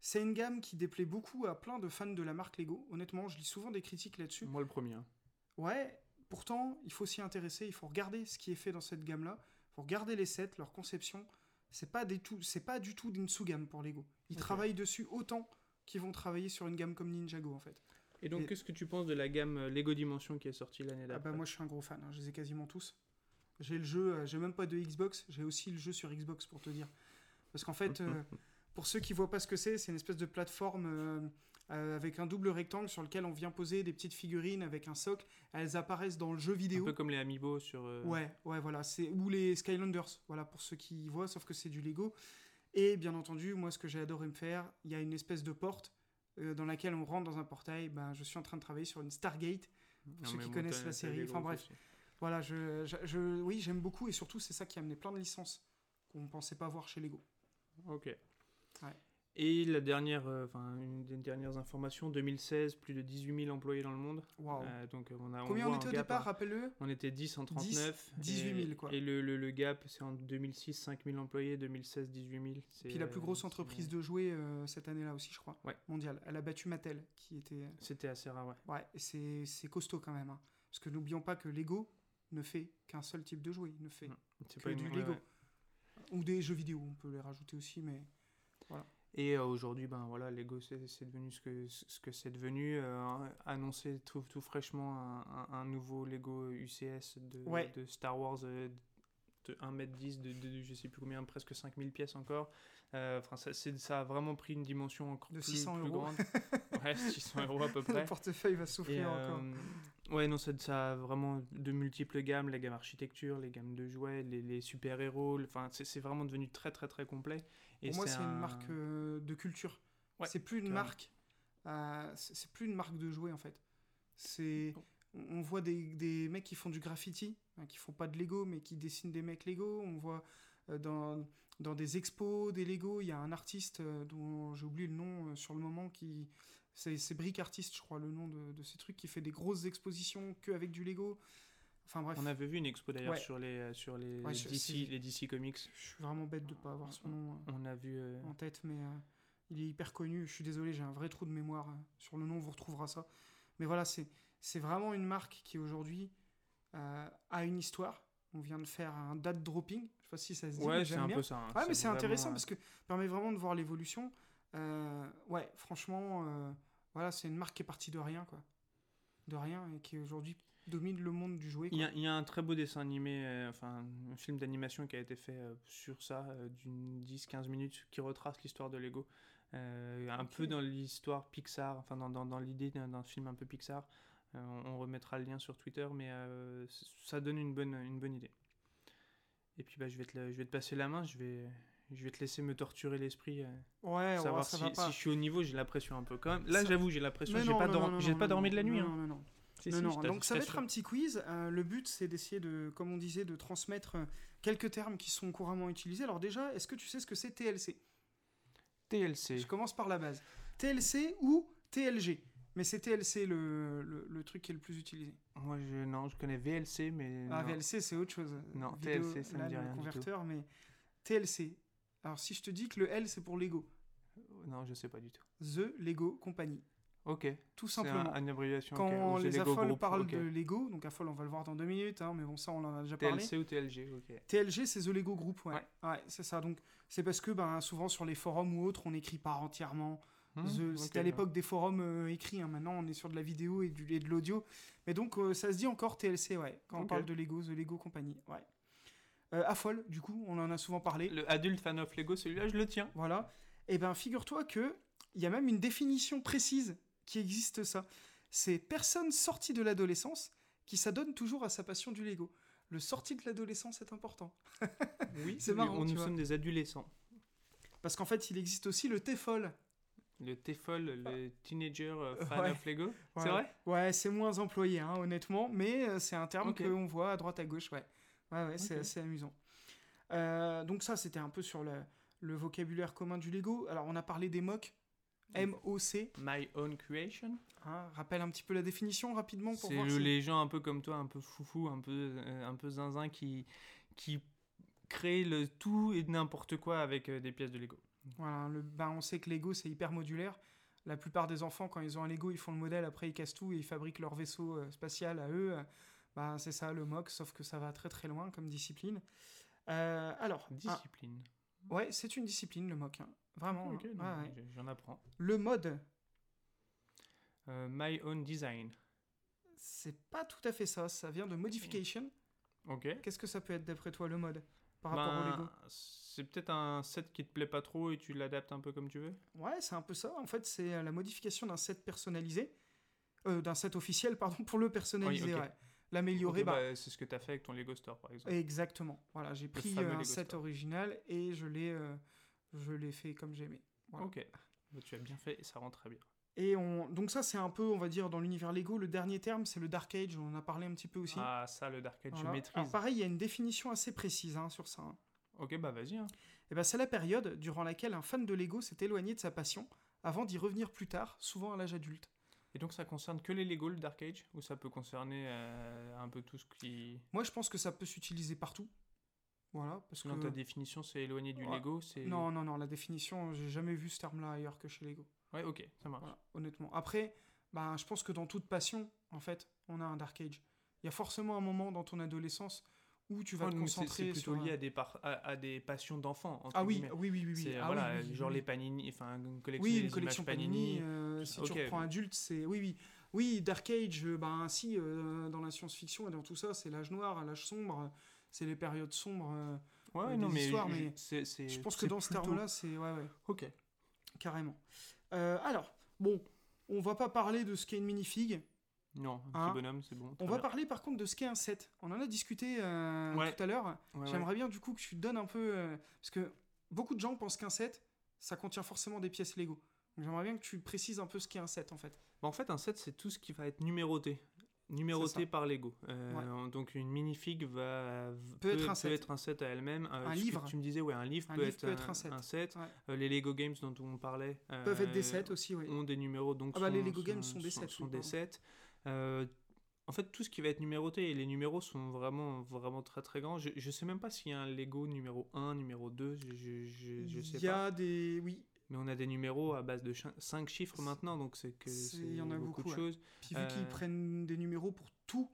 S3: c'est une gamme qui déplaît beaucoup à plein de fans de la marque Lego. Honnêtement, je lis souvent des critiques là-dessus.
S2: Moi, le premier. hein.
S3: Ouais, pourtant, il faut s'y intéresser, il faut regarder ce qui est fait dans cette gamme-là, il faut regarder les sets, leur conception. C'est pas, des tout- c'est pas du tout une sous-gamme pour Lego. Ils
S2: Ok.
S3: travaillent dessus autant qu'ils vont travailler sur une gamme comme Ninjago, en fait.
S2: Et donc,
S3: Et-
S2: qu'est-ce que tu penses de la gamme euh, Lego Dimension qui est sortie l'année
S3: Ah
S2: d'après
S3: bah moi, je suis un gros fan, hein, je les ai quasiment tous. J'ai le jeu, euh, j'ai même pas de Xbox, j'ai aussi le jeu sur Xbox, pour te dire. Parce qu'en fait, euh, pour ceux qui voient pas ce que c'est, c'est une espèce de plateforme euh, euh, avec un double rectangle sur lequel on vient poser des petites figurines avec un socle. Elles apparaissent dans le jeu
S2: Un
S3: vidéo.
S2: peu comme les Amiibo sur. euh,
S3: Ouais, ouais, voilà. C'est ou les Skylanders, voilà pour ceux qui y voient, sauf que c'est du Lego. Et bien entendu, moi, ce que j'ai adoré me faire, il y a une espèce de porte euh, dans laquelle on rentre dans un portail. Ben, je suis en train de travailler sur une Stargate.
S2: non,
S3: ceux
S2: mais
S3: qui
S2: bon,
S3: connaissent
S2: t'as-
S3: la
S2: t'as
S3: série,
S2: des gros
S3: enfin, bref.
S2: soucis.
S3: Voilà, je, je- je- oui, j'aime beaucoup et surtout, c'est ça qui a amené plein de licences qu'on pensait pas voir chez Lego.
S2: Ok.
S3: Ouais.
S2: Et la dernière, euh, enfin, une des dernières informations, 2016, plus de 18 000 employés dans le monde.
S3: Waouh.
S2: Euh, donc, euh, on a.
S3: Combien
S2: on
S3: on
S2: voit
S3: était
S2: un
S3: au
S2: gap,
S3: départ,
S2: hein.
S3: rappelle-le
S2: On était 10 en 39.
S3: 18 000,
S2: et-
S3: quoi.
S2: Et le, le- le gap, c'est en 2006, 5 000 employés, 2016, 18 000. c'est,
S3: Puis la plus
S2: euh,
S3: grosse
S2: c'est-
S3: entreprise de jouets euh, cette année-là aussi, je crois,
S2: Ouais.
S3: mondiale. Elle a battu Mattel, qui était. euh,
S2: C'était assez rare, ouais.
S3: Ouais, et c'est c'est costaud quand même. hein. Parce que n'oublions pas que Lego ne fait qu'un seul type de jouet. Il ne fait
S2: Mm. C'est
S3: que
S2: une-
S3: du
S2: ouais,
S3: Lego.
S2: ouais.
S3: Ou des jeux vidéo, on peut les rajouter aussi, mais
S2: Et euh, aujourd'hui, ben voilà, Lego, c'est c'est devenu ce que ce que c'est devenu. Euh, annoncé tout, tout fraîchement un, un- un nouveau Lego UCS de,
S3: Ouais.
S2: de Star Wars euh, de 1m10, de, de- de je sais plus combien, presque 5000 pièces encore. Euh, Enfin, ça, c'est- ça a vraiment pris une dimension encore
S3: De
S2: plus,
S3: 600
S2: plus
S3: euros.
S2: grande. ouais, 600 euros à peu
S3: le
S2: près.
S3: portefeuille va
S2: Et,
S3: souffrir encore.
S2: euh, ouais, non, ça, ça a vraiment de multiples gammes, les gammes architecture, les gammes de jouets, les, les super-héros, le- enfin, c'est c'est vraiment devenu très très très complet. Et
S3: Pour moi, c'est une
S2: un-
S3: marque euh, de culture.
S2: Ouais,
S3: c'est plus une
S2: carrément.
S3: marque. euh, c'est c'est plus une marque de jouets en fait. C'est
S2: Bon.
S3: on on voit des, des mecs qui font du graffiti, hein, qui font pas de Lego mais qui dessinent des mecs Lego. On voit euh, dans dans des expos des Lego. Il y a un artiste euh, dont j'ai oublié le nom euh, sur le moment qui c'est c'est Brick Artist, je crois le nom de, de ces trucs qui fait des grosses expositions que avec du Lego. Enfin bref,
S2: On avait vu une expo d'ailleurs
S3: Ouais.
S2: sur les euh, sur les,
S3: Ouais,
S2: les
S3: je-
S2: DC
S3: c'est-
S2: les DC comics.
S3: je suis vraiment bête de pas avoir son nom. euh.
S2: On a vu euh,
S3: en tête, mais euh, il est hyper connu. Je suis désolé, j'ai un vrai trou de mémoire euh, sur le nom, vous retrouvera ça. Mais voilà, c'est c'est vraiment une marque qui aujourd'hui euh, a une histoire. On vient de faire un date dropping. Je sais pas si ça se dit. mais
S2: Ouais, c'est
S3: j'aime
S2: un
S3: bien.
S2: peu ça. hein.
S3: Ouais, mais c'est
S2: vraiment,
S3: intéressant
S2: euh,
S3: parce que ça permet vraiment de voir l'évolution. Euh, ouais, franchement, euh, voilà, c'est une marque qui est partie de rien, quoi. De rien et qui aujourd'hui domine le monde du jouet.
S2: il y,
S3: quoi.
S2: a, il y a un très beau dessin animé, euh, enfin un film d'animation qui a été fait euh, sur ça, euh, d'une 10-15 minutes, qui retrace l'histoire de Lego. Euh, un
S3: Ok.
S2: peu dans l'histoire Pixar, enfin dans, dans, dans l'idée d'un d'un film un peu Pixar. Euh, on, on remettra le lien sur Twitter, mais euh, c- ça donne une bonne, une bonne idée. Et puis bah, je, vais te, la- je vais te passer la main, je vais, je vais te laisser me torturer l'esprit. euh,
S3: Ouais, ouais,
S2: savoir
S3: ça
S2: si,
S3: va pas.
S2: si je suis au niveau, j'ai la pression un peu quand même. Là,
S3: Ça-
S2: j'avoue, j'ai la pression.
S3: Mais
S2: J'ai
S3: non,
S2: pas,
S3: non,
S2: dormi-
S3: non,
S2: j'ai
S3: non,
S2: pas
S3: non,
S2: dormi de la
S3: non,
S2: nuit.
S3: non,
S2: hein.
S3: non, non.
S2: Si,
S3: Non,
S2: si,
S3: non,
S2: je t'ass-
S3: Donc
S2: je
S3: ça va
S2: t'assure.
S3: être un petit quiz. Euh, le but, c'est d'essayer de, comme on disait, de transmettre euh, quelques termes qui sont couramment utilisés. Alors déjà, est-ce que tu sais ce que c'est TLC Je
S2: TLC.
S3: commence par la base. TLC ou TLG Mais c'est TLC le, le, le truc qui est le plus utilisé.
S2: Moi, je, non, je connais VLC, mais.
S3: Ah,
S2: non.
S3: VLC, c'est autre chose.
S2: Non, TLC, ça me
S3: là,
S2: dit
S3: le
S2: rien du tout.
S3: converteur, mais TLC. Alors si je te dis que le L, c'est pour Lego.
S2: Non, je sais pas du tout.
S3: The Lego Company,
S2: Ok.
S3: tout
S2: C'est un-
S3: simplement.
S2: une abréviation.
S3: Quand
S2: ok. Ou The
S3: les
S2: Lego
S3: affoles
S2: Group,
S3: parlent
S2: ok.
S3: de Lego, donc affole, on va le voir dans deux minutes, hein, mais bon, ça, on en a déjà parlé.
S2: TLC ou TLG, ok.
S3: TLG, c'est The Lego Group, ouais.
S2: Ouais.
S3: Ouais, c'est ça. Donc, c'est parce que ben, souvent sur les forums ou autres, on n'écrit pas entièrement.
S2: Hmm,
S3: The-
S2: ok,
S3: C'était à
S2: ouais.
S3: l'époque des forums euh, écrits. hein. Maintenant, on est sur de la vidéo et, du, et de l'audio. Mais donc, euh, ça se dit encore TLC, ouais. Quand on
S2: Ok.
S3: parle de Lego, The Lego Company, ouais. Euh, Affol, du coup, on en a souvent parlé.
S2: Le adulte fan of Lego, celui-là, je le tiens.
S3: Voilà. Et ben, figure-toi que il y a même une définition précise qui existe ça. C'est personne sortie de l'adolescence qui s'adonne toujours à sa passion du Lego. Le sorti de l'adolescence est important.
S2: Oui,
S3: c'est
S2: oui,
S3: marrant,
S2: on-
S3: tu
S2: nous
S3: vois.
S2: sommes des adolescents.
S3: Parce qu'en fait, il existe aussi le TEFOL.
S2: Le TEFOL, le teenager euh,
S3: Euh,
S2: fan
S3: ouais.
S2: of Lego. C'est
S3: Voilà.
S2: vrai
S3: Ouais, c'est moins employé, hein, honnêtement, mais euh, c'est un terme
S2: Ok.
S3: qu'on voit à droite à gauche, ouais. Ouais, ouais, c'est
S2: Ok.
S3: assez amusant. Euh, donc ça, c'était un peu sur le, le vocabulaire commun du Lego. Alors, on a parlé des MOC, M-O-C.
S2: My own creation.
S3: hein, rappelle un petit peu la définition rapidement pour
S2: C'est
S3: voir
S2: le-
S3: si-
S2: les gens un peu comme toi, un peu foufou, un peu, euh, un peu zinzin qui, qui créent le tout et n'importe quoi avec euh, des pièces de
S3: Ah.
S2: Lego.
S3: Voilà, le, ben, on sait que Lego, c'est hyper modulaire. La plupart des enfants, quand ils ont un Lego, ils font le modèle, après ils cassent tout et ils fabriquent leur vaisseau euh, spatial à eux. Euh, Ben, c'est ça, le MOC, sauf que ça va très très loin comme discipline. Euh, alors, un-
S2: Discipline.
S3: Ouais, c'est une discipline, le mock. hein. Vraiment.
S2: Ok,
S3: hein.
S2: non,
S3: Ouais, ouais.
S2: j- J'en apprends.
S3: Le mode,
S2: Euh, my own design.
S3: c'est pas tout à fait ça. Ça vient de modification.
S2: Ok.
S3: Qu'est-ce que ça peut être d'après toi, le mode Par rapport au Lego
S2: Ben, c'est peut-être un set qui te plaît pas trop et tu l'adaptes un peu comme tu veux.
S3: Ouais, c'est un peu ça. En fait, c'est euh, la modification d'un set personnalisé. euh, d'un set officiel, pardon, pour le personnaliser,
S2: ok.
S3: ouais. L'améliorer,
S2: Ok,
S3: bah,
S2: bah, c'est ce que tu as fait avec ton Lego Store, par exemple.
S3: Exactement. Voilà, j'ai pris
S2: fameux
S3: euh, un
S2: Lego
S3: set
S2: Store.
S3: original et je l'ai euh, je l'ai fait comme j'aimais. voilà.
S2: Ok. Bah, tu as bien fait et ça rend très bien.
S3: Et on donc ça c'est un peu on va dire dans l'univers Lego le dernier terme c'est le Dark Age, on en a parlé un petit peu aussi.
S2: Ah, ça, le Dark Age,
S3: Voilà. Ah,
S2: je maîtrise.
S3: Alors pareil, il y a une définition assez précise hein, sur ça. hein.
S2: Ok, bah vas-y. hein.
S3: Eh ben, c'est la période durant laquelle un fan de Lego s'est éloigné de sa passion avant d'y revenir plus tard, souvent à l'âge adulte.
S2: Et donc, ça concerne que les Lego, le Dark Age Ou ça peut concerner euh, un peu tout ce qui.
S3: Moi, je pense que ça peut s'utiliser partout. Voilà, parce que...
S2: Selon ta définition, c'est éloigné du
S3: Ouais.
S2: Lego c'est...
S3: Non, non, non, la définition, j'ai jamais vu ce terme-là ailleurs que chez Lego.
S2: Ouais, ok, ça marche.
S3: Voilà, honnêtement. Après, ben, je pense que dans toute passion, en fait, on a un Dark Age. Il y a forcément un moment dans ton adolescence où tu vas
S2: Ouais,
S3: te
S2: Oh, mais c'est-
S3: concentrer
S2: c'est plutôt
S3: sur... un-
S2: lié à des, par- à, à des passions d'enfants. entre
S3: Ah oui,
S2: guillemets.
S3: oui, oui, oui. oui.
S2: C'est,
S3: Ah oui,
S2: voilà,
S3: oui, oui,
S2: genre
S3: oui.
S2: les panini, enfin, collectionner
S3: Oui,
S2: les
S3: une
S2: images
S3: collection Panini. euh,
S2: tout
S3: si
S2: ça.
S3: tu
S2: Ok.
S3: reprends adulte, c'est. Oui, oui. Oui, Dark Age, euh, ben si, euh, dans la science-fiction et dans tout ça, c'est l'âge noir, l'âge sombre, euh, c'est les périodes sombres. euh.
S2: Ouais,
S3: euh,
S2: non,
S3: des
S2: mais,
S3: histoires,
S2: je-
S3: mais
S2: c'est, c'est-
S3: Je pense que
S2: c'est
S3: dans ce
S2: plutôt-
S3: terme-là, c'est. Ouais, ouais,
S2: Ok.
S3: carrément. Euh, alors, bon, on va pas parler de ce qu'est une minifig.
S2: Non, un petit
S3: Hein
S2: bonhomme, c'est bon.
S3: On
S2: très
S3: va
S2: bien.
S3: parler par contre de ce qu'est un set. On en a discuté euh,
S2: Ouais.
S3: tout à l'heure.
S2: Ouais, ouais.
S3: J'aimerais bien du coup que tu donnes un peu. euh, parce que beaucoup de gens pensent qu'un set, ça contient forcément des pièces Lego. Donc j'aimerais bien que tu précises un peu ce qu'est un set en fait.
S2: Bah, en fait, un set, c'est tout ce qui va être numéroté. Numéroté par Lego. Euh, Donc, une minifig va,
S3: Peut être un set.
S2: à elle-même. Euh,
S3: Un
S2: ce que
S3: livre.
S2: Tu me disais, ouais, un livre,
S3: Un
S2: peut,
S3: livre
S2: être
S3: peut être un set. Ouais.
S2: Euh, les Lego Games dont on parlait.
S3: Peuvent être des
S2: euh,
S3: sets aussi, oui.
S2: Ont des numéros. Donc
S3: Ah bah,
S2: sont-
S3: les Lego Games sont des sets,
S2: Sont
S3: oui,
S2: des
S3: pardon.
S2: sets. Euh, en fait, tout ce qui va être numéroté, et les numéros sont vraiment, vraiment très très grands. Je, je sais même pas s'il y a un Lego numéro 1, numéro 2, je, je, je, je sais
S3: Il y
S2: pas.
S3: a des. Oui.
S2: Mais on a des numéros à base de 5 chiffres
S3: C'est-
S2: maintenant, donc c'est que c'est
S3: c'est- il y en a beaucoup,
S2: de
S3: ouais.
S2: choses.
S3: Puis vu qu'ils
S2: Euh,
S3: prennent des numéros pour tout,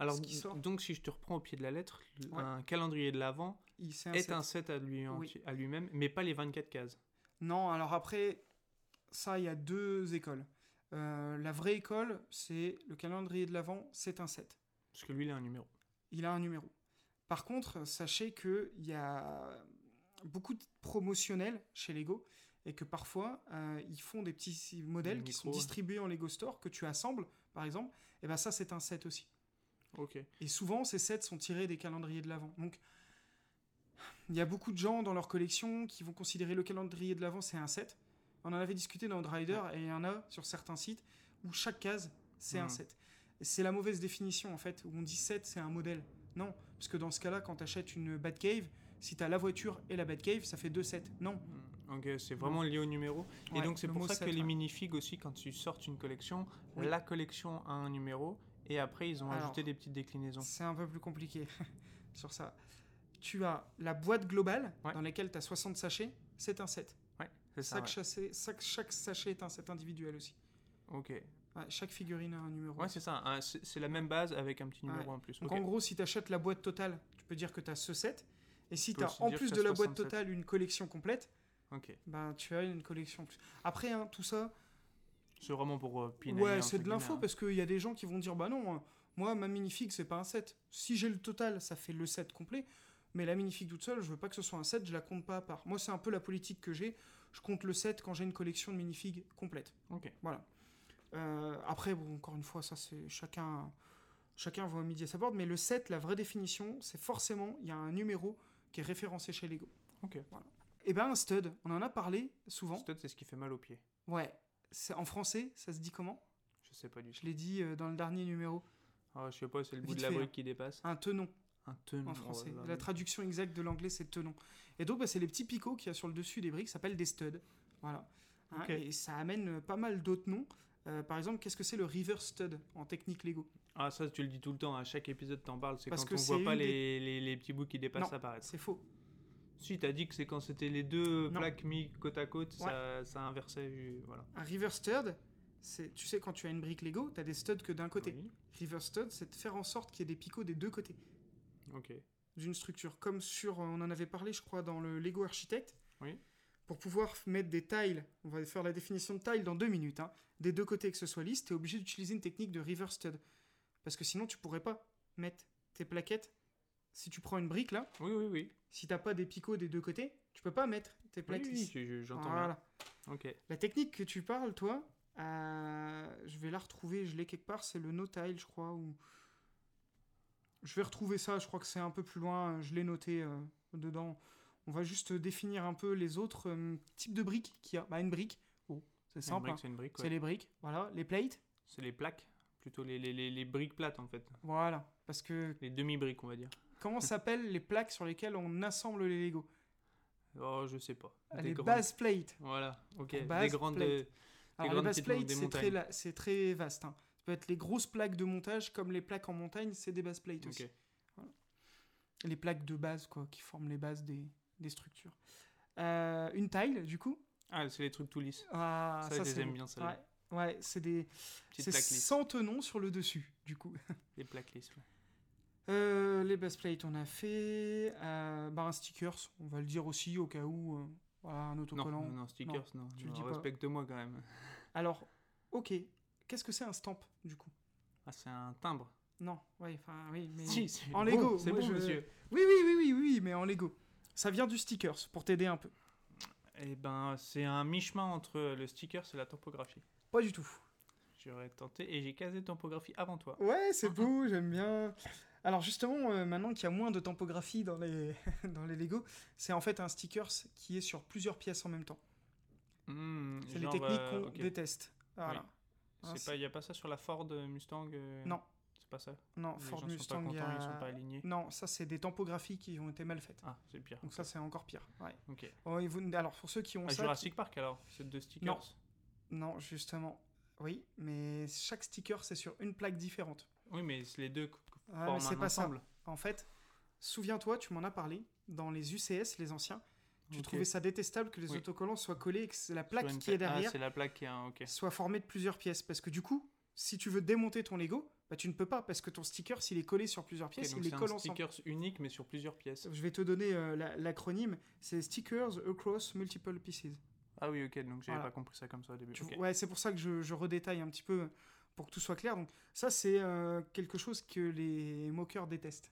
S2: Alors,
S3: qui sort.
S2: donc si je te reprends au pied de la lettre, le-
S3: Ouais.
S2: un calendrier de l'Avent
S3: il- c'est un
S2: est
S3: set.
S2: un set à lui-
S3: Oui.
S2: à lui-même, mais pas les 24 cases.
S3: Non, alors après, ça, il y a deux écoles. Euh, la vraie école, c'est le calendrier de l'Avent, c'est un set.
S2: Parce que lui, il a un numéro.
S3: il a un numéro. Par contre, sachez qu'il y a beaucoup de promotionnels chez Lego et que parfois, euh, ils font des petits modèles
S2: Des
S3: qui sont
S2: micros, ouais.
S3: distribués en Lego Store, que tu assembles, par exemple. Et bien ça, c'est un set aussi.
S2: Ok.
S3: Et souvent, ces sets sont tirés des calendriers de l'Avent. Donc, il y a beaucoup de gens dans leur collection qui vont considérer le calendrier de l'Avent, c'est un set. On en avait discuté dans Rider, et il y en a sur certains sites où chaque case, c'est un
S2: Mhm.
S3: set. Et C'est la mauvaise définition, en fait, où on dit set, c'est un modèle. Non, parce que dans ce cas-là, quand tu achètes une Batcave, si tu as la voiture et la Batcave, ça fait deux sets. Non.
S2: Hmm. Ok, c'est vraiment lié au numéro.
S3: Ouais,
S2: et donc c'est
S3: le
S2: pour
S3: mot
S2: ça
S3: set,
S2: que les
S3: ouais.
S2: minifigs aussi, quand tu sortes une collection,
S3: Oui.
S2: la collection a un numéro et après ils ont
S3: Alors.
S2: ajouté des petites déclinaisons.
S3: C'est un peu plus compliqué sur ça. Tu as la boîte globale
S2: Ouais.
S3: dans laquelle tu as 60 sachets, c'est un set.
S2: Ouais, ça C'est ça.
S3: Chaque,
S2: Ah ouais.
S3: chassé- chaque- chaque sachet est un set individuel aussi.
S2: Ok.
S3: Ouais, chaque figurine a un numéro.
S2: Ouais, c'est ça. hein, c'est c'est la même base avec un petit numéro
S3: Ouais.
S2: en plus.
S3: Donc
S2: Ok.
S3: en gros, si tu achètes la boîte totale, tu peux dire que tu as ce set. Et
S2: Tu
S3: si tu
S2: peux
S3: as
S2: aussi
S3: en
S2: dire
S3: plus
S2: que
S3: de
S2: t'as
S3: la boîte
S2: 67.
S3: totale une collection complète,
S2: Ok.
S3: ben tu as une collection en plus. Après, hein, tout ça,
S2: C'est vraiment pour euh, pinailler,
S3: ouais,
S2: entre
S3: c'est de
S2: guillemets,
S3: l'info
S2: hein.
S3: parce qu'il y a des gens qui vont dire bah non, euh, moi ma minifig c'est pas un set. Si j'ai le total, ça fait le set complet. Mais la minifig toute seule, je veux pas que ce soit un set, je la compte pas à part. Moi, c'est un peu la politique que j'ai. Je compte le set quand j'ai une collection de minifigs complète.
S2: Ok.
S3: Voilà. Euh, après, bon, encore une fois, ça c'est chacun, chacun voit midi à sa porte, mais le 7, la vraie définition, c'est forcément, il y a un numéro qui est référencé chez Lego.
S2: Ok.
S3: Et ben un stud, on en a parlé souvent.
S2: Stud, c'est ce qui fait mal aux pieds.
S3: Ouais. C'est, en français, ça se dit comment
S2: Je sais pas du tout.
S3: Je l'ai dit euh, dans le dernier numéro.
S2: Ah, je sais pas, c'est le bout
S3: Vite
S2: de la
S3: fait,
S2: brique qui dépasse.
S3: Un tenon
S2: Un tenon.
S3: en
S2: oh
S3: français.
S2: là là.
S3: la traduction exacte de l'anglais, c'est tenon. Et donc, bah, c'est les petits picots qu'il y a sur le dessus des briques, ça s'appelle des studs. Voilà. Hein,
S2: Ok.
S3: Et ça amène euh, pas mal d'autres noms. Euh, par exemple, qu'est-ce que c'est le river stud en technique Lego
S2: Ah, ça, tu le dis tout le temps. À chaque épisode, t'en parles. C'est
S3: Parce
S2: quand
S3: que
S2: on
S3: c'est
S2: voit pas
S3: une des-
S2: les, les, les petits bouts qui dépassent
S3: Non.
S2: apparaître.
S3: C'est faux.
S2: Si, t'as dit que c'est quand c'était les deux
S3: Non.
S2: plaques mis côte à côte, ça, ça inversait. euh, Voilà.
S3: Un river stud, c'est, tu sais, quand tu as une brique Lego, tu as des studs que d'un côté.
S2: Oui.
S3: River stud, c'est de faire en sorte qu'il y ait des picots des deux côtés
S2: Ok.
S3: d'une structure. Comme sur, euh, on en avait parlé, je crois, dans le Lego Architect.
S2: Oui.
S3: Pour pouvoir f- mettre des tiles, on va faire la définition de tile dans deux minutes, hein, des deux côtés que ce soit lisse, tu es obligé d'utiliser une technique de river stud. Parce que sinon, tu pourrais pas mettre tes plaquettes. Si tu prends une brique là,
S2: Oui, oui, oui.
S3: si t'as pas des picots des deux côtés, tu peux pas mettre tes
S2: Oui,
S3: plaques
S2: oui,
S3: lisses.
S2: je- je- j'entends
S3: Voilà.
S2: bien. Ok.
S3: La technique que tu parles, toi, euh, je vais la retrouver, je l'ai quelque part, c'est le no-tile, je crois. Ou... Je vais retrouver ça, je crois que c'est un peu plus loin, je l'ai noté euh, dedans. On va juste définir un peu les autres euh, types de briques qu'il y a. Bah, une brique, oh, c'est
S2: C'est une
S3: simple,
S2: brique,
S3: hein.
S2: c'est une brique.
S3: c'est
S2: ouais.
S3: les briques, voilà, les plates,
S2: C'est les plaques. Plutôt les, les, les, les briques plates, en fait.
S3: voilà. Parce que
S2: Les demi-briques, on va dire.
S3: comment s'appellent les plaques sur lesquelles on assemble les Lego Bah,
S2: Oh, je sais pas. Des
S3: Ah, Les
S2: grandes-
S3: base plates.
S2: Voilà, ok.
S3: Pour
S2: Des
S3: base,
S2: grandes.
S3: plate.
S2: euh,
S3: Alors les
S2: grandes
S3: base
S2: petites mon-
S3: plates,
S2: des
S3: c'est très,
S2: montagnes.
S3: la- c'est très vaste. hein. Ça peut être les grosses plaques de montage, comme les plaques en montagne, c'est des base plates
S2: ok.
S3: aussi. les plaques de base quoi, qui forment les bases des, des structures. Euh, une tile, du coup.
S2: Ah, c'est les trucs tout lisses.
S3: Ah,
S2: Ça, je les
S3: c'est
S2: aime
S3: beau.
S2: bien, celles-là.
S3: Ouais, ouais c'est des
S2: Petites
S3: c'est
S2: plaques lisses.
S3: sans tenon sur le dessus, du coup.
S2: Les plaques lisses, ouais.
S3: Euh, les base plates, on a fait. Euh, bah, un stickers, on va le dire aussi au cas où. euh, voilà, un
S2: Non,
S3: autocollant.
S2: non, non, stickers, non.
S3: tu le
S2: non,
S3: dis pas.
S2: Respecte-moi quand même.
S3: Alors, ok. Qu'est-ce que c'est un stamp, du coup
S2: Ah, c'est un timbre.
S3: Non, oui, enfin, oui, mais.
S2: Si, c'est
S3: En
S2: bon,
S3: Lego,
S2: C'est
S3: moi,
S2: bon,
S3: je-
S2: monsieur.
S3: Oui, oui, oui, oui, oui, mais en Lego. Ça vient du stickers, pour t'aider un peu.
S2: Eh ben, c'est un mi-chemin entre le sticker et la topographie.
S3: Pas du tout.
S2: J'aurais tenté et j'ai casé topographie avant toi.
S3: Ouais,
S2: Mmh,
S3: c'est beau, j'aime bien. Alors justement, euh, maintenant qu'il y a moins de tempographie dans les, dans les Lego, c'est en fait un stickers qui est sur plusieurs pièces en même temps.
S2: Hmm,
S3: C'est les
S2: genre,
S3: techniques
S2: euh,
S3: qu'on
S2: ok.
S3: déteste. Voilà. Hein,
S2: C'est pas, y a pas ça sur la Ford euh, Mustang euh,
S3: Non.
S2: C'est pas ça.
S3: Non,
S2: Les
S3: Ford
S2: gens
S3: Mustang,
S2: sont pas
S3: il y
S2: contents,
S3: a-
S2: ils sont pas alignés.
S3: Non, ça c'est des tempographies qui ont été mal faites.
S2: Ah, c'est pire.
S3: Donc ça c'est encore pire. Ouais.
S2: Ok.
S3: Oh, et vous- Alors pour ceux qui ont
S2: Ah,
S3: ça...
S2: Jurassic Park alors, c'est deux stickers.
S3: qui- Non, justement. Oui, mais chaque sticker c'est sur une plaque différente.
S2: Oui, mais c'est les deux co- co-
S3: Ah,
S2: forment
S3: mais c'est
S2: un
S3: pas ça.
S2: ensemble.
S3: En fait, souviens-toi, tu m'en as parlé, dans les UCS, les anciens, tu
S2: Ok.
S3: trouvais ça détestable que les
S2: Oui.
S3: autocollants soient collés et que c'est la
S2: Sur
S3: plaque
S2: une
S3: qui est
S2: pla- Ah,
S3: derrière
S2: c'est la plaque qui est un. Ok.
S3: soit formée de plusieurs pièces. Parce que du coup, si tu veux démonter ton Lego, bah, tu ne peux pas, parce que ton sticker, s'il est collé sur plusieurs
S2: Ok,
S3: pièces,
S2: donc
S3: il est
S2: c'est
S3: collé
S2: un
S3: ensemble.
S2: stickers unique mais sur plusieurs pièces.
S3: Je vais te donner euh, la- l'acronyme, c'est Stickers Across Multiple Pieces.
S2: Ah oui, ok, donc j'avais
S3: Voilà.
S2: pas compris ça comme ça au début.
S3: Tu-
S2: Ok.
S3: Ouais, c'est pour ça que je, je redétaille un petit peu pour que tout soit clair. Donc ça, c'est euh, quelque chose que les moqueurs détestent.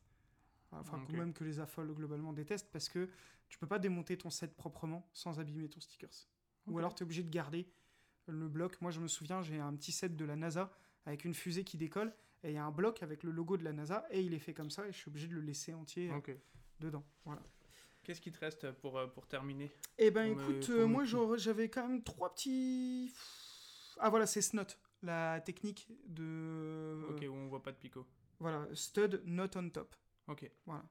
S3: Enfin,
S2: Ah, Ok.
S3: quand même que les affoles globalement détestent parce que tu peux pas démonter ton set proprement sans abîmer ton stickers. Ou
S2: Ok.
S3: alors tu es obligé de garder le bloc. Moi, je me souviens, j'ai un petit set de la NASA avec une fusée qui décolle et il y a un bloc avec le logo de la NASA et il est fait comme ça et je suis obligé de le laisser entier euh,
S2: Ok.
S3: dedans. Voilà.
S2: Qu'est-ce qui te reste pour, euh, pour terminer
S3: Eh ben
S2: Pour me-
S3: écoute,
S2: pour
S3: euh,
S2: me
S3: moi
S2: qui-
S3: j'aurais- j'avais quand même trois petits. Ah voilà, c'est snot, la technique de. euh,
S2: Ok, où on voit pas de picot.
S3: Voilà, stud not on top.
S2: Ok.
S3: Voilà.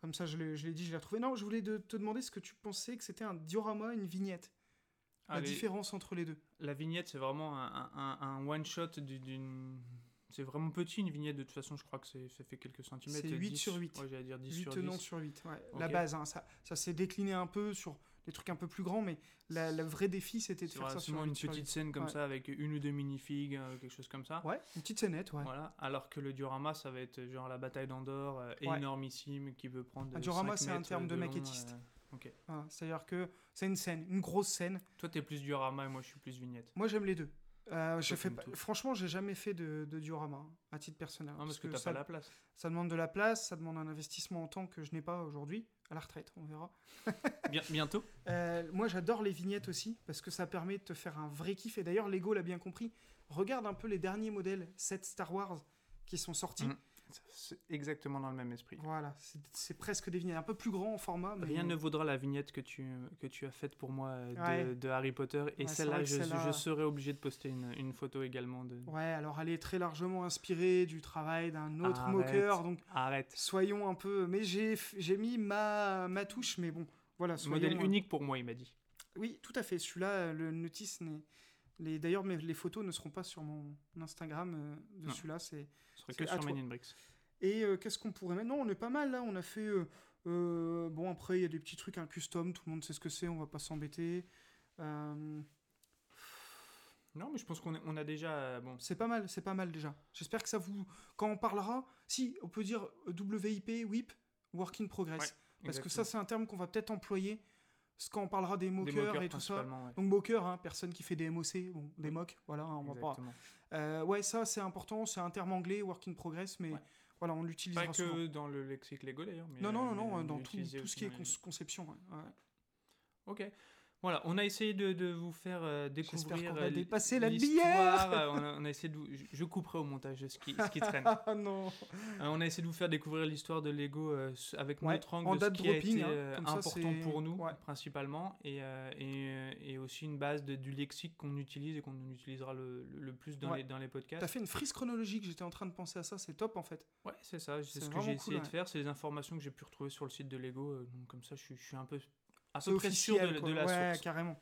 S3: Comme ça, je l'ai je l'ai dit, je l'ai retrouvé. Non, je voulais de- te demander ce que tu pensais que c'était un diorama, une vignette.
S2: Ah,
S3: la
S2: les-
S3: différence entre les deux.
S2: La vignette, c'est vraiment un, un- un one-shot du- d'une. C'est vraiment petit une vignette, de toute façon, je crois que c'est- ça fait quelques centimètres.
S3: C'est 8
S2: 10
S3: sur 8.
S2: Ouais, j'allais dire 10
S3: 8
S2: sur 10.
S3: tenants sur 8. ouais.
S2: Ok.
S3: La base, hein, ça, ça s'est décliné un peu sur des trucs un peu plus grands, mais la, la vrai défi, c'était de
S2: C'est
S3: faire ça sur
S2: vraiment
S3: un
S2: une
S3: Super
S2: petite
S3: Vite.
S2: scène comme
S3: Ouais.
S2: ça avec une ou deux minifigs, euh, quelque chose comme ça.
S3: Ouais, une petite scénette, ouais.
S2: Voilà. Alors que le diorama, ça va être genre la bataille d'Andorre, euh,
S3: Ouais.
S2: énormissime, qui peut prendre.
S3: Un diorama,
S2: 5
S3: c'est un
S2: mètres
S3: terme de
S2: long,
S3: maquettiste.
S2: euh.
S3: Voilà, C'est-à-dire que c'est une scène, une grosse scène.
S2: Toi, t'es plus diorama et moi, je suis plus vignette.
S3: Moi, j'aime les deux. Euh, je
S2: Toi,
S3: fais
S2: t'aimes
S3: pas-
S2: tout.
S3: Franchement, j'ai jamais fait de, de diorama hein, à titre personnel.
S2: Non, parce, que, t'as
S3: ça,
S2: pas la place.
S3: ça demande de la place, ça demande un investissement en temps que je n'ai pas aujourd'hui, à la retraite, on verra.
S2: Bien, bientôt.
S3: Euh, moi, j'adore les vignettes aussi, parce que ça permet de te faire un vrai kiff. Et d'ailleurs, Lego l'a bien compris. Regarde un peu les derniers modèles 7 Star Wars qui sont sortis.
S2: Mhm. C'est exactement dans le même esprit.
S3: Voilà, c'est- c'est presque des vignettes un peu plus grand en format. Mais...
S2: Rien ne vaudra la vignette que tu, que tu as faite pour moi euh, de,
S3: Ouais.
S2: de Harry Potter. Et
S3: Ouais, c'est vrai
S2: celle-là,
S3: que
S2: je,
S3: celle-là-
S2: je serai obligé de poster une, une photo également. De...
S3: Ouais, alors elle est très largement inspirée du travail d'un autre
S2: Arrête.
S3: moqueur, donc
S2: Arrête.
S3: soyons un peu. Mais j'ai f- j'ai mis ma, ma touche, mais bon, voilà. soyons
S2: Modèle
S3: un-
S2: unique pour moi, il m'a dit.
S3: Oui, tout à fait. Celui-là, euh, le notice n'est. les- D'ailleurs, mes- les photos ne seront pas sur mon Instagram euh, de
S2: Non.
S3: celui-là. C'est
S2: Ce serait que
S3: C'est à
S2: sur
S3: toi.
S2: Men in Bricks.
S3: Et euh, qu'est-ce qu'on pourrait mettre Non, on est pas mal là, on a fait... euh, euh, bon, après, il y a des petits trucs, un custom, tout le monde sait ce que c'est, on va pas s'embêter. Euh,
S2: Non, mais je pense qu'on est- on a déjà. euh, bon,
S3: c'est pas mal, c'est pas mal déjà. J'espère que ça vous... Quand on parlera, si, on peut dire euh, WIP, WIP, Work in Progress.
S2: Ouais,
S3: parce que
S2: exactement.
S3: ça, c'est un terme qu'on va peut-être employer ce- quand on parlera des
S2: Des
S3: moqueurs,
S2: moqueurs
S3: et tout ça.
S2: principalement, ouais.
S3: Donc moqueur, hein, personne qui fait des MOC, bon, des mocs, voilà, hein, on va pas...
S2: Exactement.
S3: Euh, ouais, ça, c'est important, c'est un terme anglais, Work in Progress, mais
S2: Ouais.
S3: voilà, on
S2: Pas
S3: l'utilisera
S2: que
S3: souvent.
S2: dans le lexique Lego d'ailleurs. mais,
S3: Non,
S2: euh,
S3: non,
S2: mais
S3: non,
S2: on
S3: non, dans
S2: l'a
S3: tout,
S2: utilisé
S3: tout ce
S2: aussi
S3: qui est
S2: dans les-
S3: cons- conception. ouais, ouais.
S2: Ok. Voilà, on a essayé de, de vous faire euh,
S3: J'espère
S2: découvrir.
S3: qu'on
S2: euh,
S3: va
S2: l-
S3: dépasser la
S2: l'histoire,
S3: bière
S2: euh, on, a, on a essayé de. vous- Je, je couperai au montage ce qui, ce qui traîne. Euh,
S3: Ah non
S2: Hein, on a essayé de vous faire découvrir l'histoire de Lego euh, s- avec
S3: Ouais,
S2: notre angle,
S3: en
S2: de
S3: date
S2: ce qui a
S3: dropping,
S2: été
S3: hein,
S2: euh,
S3: comme ça,
S2: important
S3: c'est-
S2: pour nous
S3: ouais.
S2: principalement, et, euh, et, euh, et aussi une base de- du lexique qu'on utilise et qu'on utilisera le, le- le plus dans,
S3: Ouais.
S2: les, dans les podcasts.
S3: T'as fait une frise chronologique, j'étais en train de penser à ça, c'est top en fait.
S2: Ouais, c'est ça, c'est
S3: C'est
S2: ce que
S3: vraiment
S2: j'ai
S3: cool,
S2: essayé
S3: ouais.
S2: de faire, c'est les informations que j'ai pu retrouver sur le site de Lego, euh, donc comme ça je, suis- je suis un peu à
S3: C'est
S2: peu près sûr
S3: officiel,
S2: de,
S3: quoi.
S2: de la
S3: Ouais,
S2: source.
S3: carrément.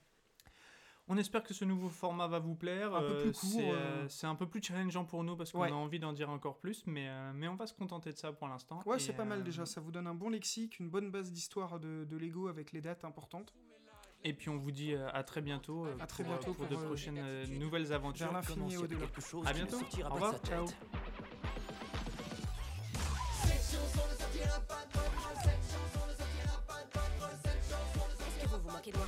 S2: On espère que ce nouveau format va vous plaire.
S3: Un peu plus court,
S2: C'est,
S3: euh.
S2: c'est un peu plus challengeant pour nous parce qu'on
S3: Ouais.
S2: a envie d'en dire encore plus, mais, euh, mais on va se contenter de ça pour l'instant.
S3: Ouais,
S2: Et,
S3: c'est pas
S2: euh,
S3: mal déjà, ça vous donne un bon lexique, une bonne base d'histoire de, de Lego avec les dates importantes.
S2: Et puis on vous dit euh, à très bientôt. euh,
S3: À très
S2: pour, euh,
S3: bientôt
S2: pour,
S3: pour,
S2: de
S3: euh,
S2: prochaines euh, nouvelles aventures.
S3: Vers l'infini et
S4: Commencer
S3: au-delà.
S4: quelque chose
S2: À
S4: qui ne
S2: bientôt.
S4: sortira
S2: Au
S4: pas de
S2: revoir.
S4: sa
S2: Ciao.
S4: tête.
S5: Est-ce que vous vous moquez de moi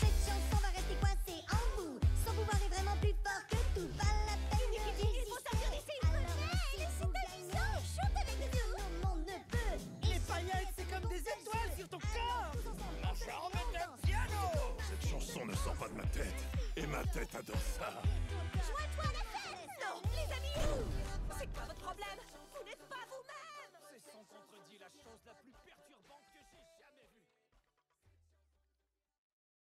S6: Cette chanson va rester coincée en vous. Son pouvoir est vraiment plus fort que tout. Pas la peine de résister. Alors laissez-vous gagner. Chante avec nous. Le monde ne peut. Les paillettes, c'est comme des étoiles sur ton corps. Ma charmante piano.
S7: Cette chanson ne sort pas de ma tête, et ma tête adore ça.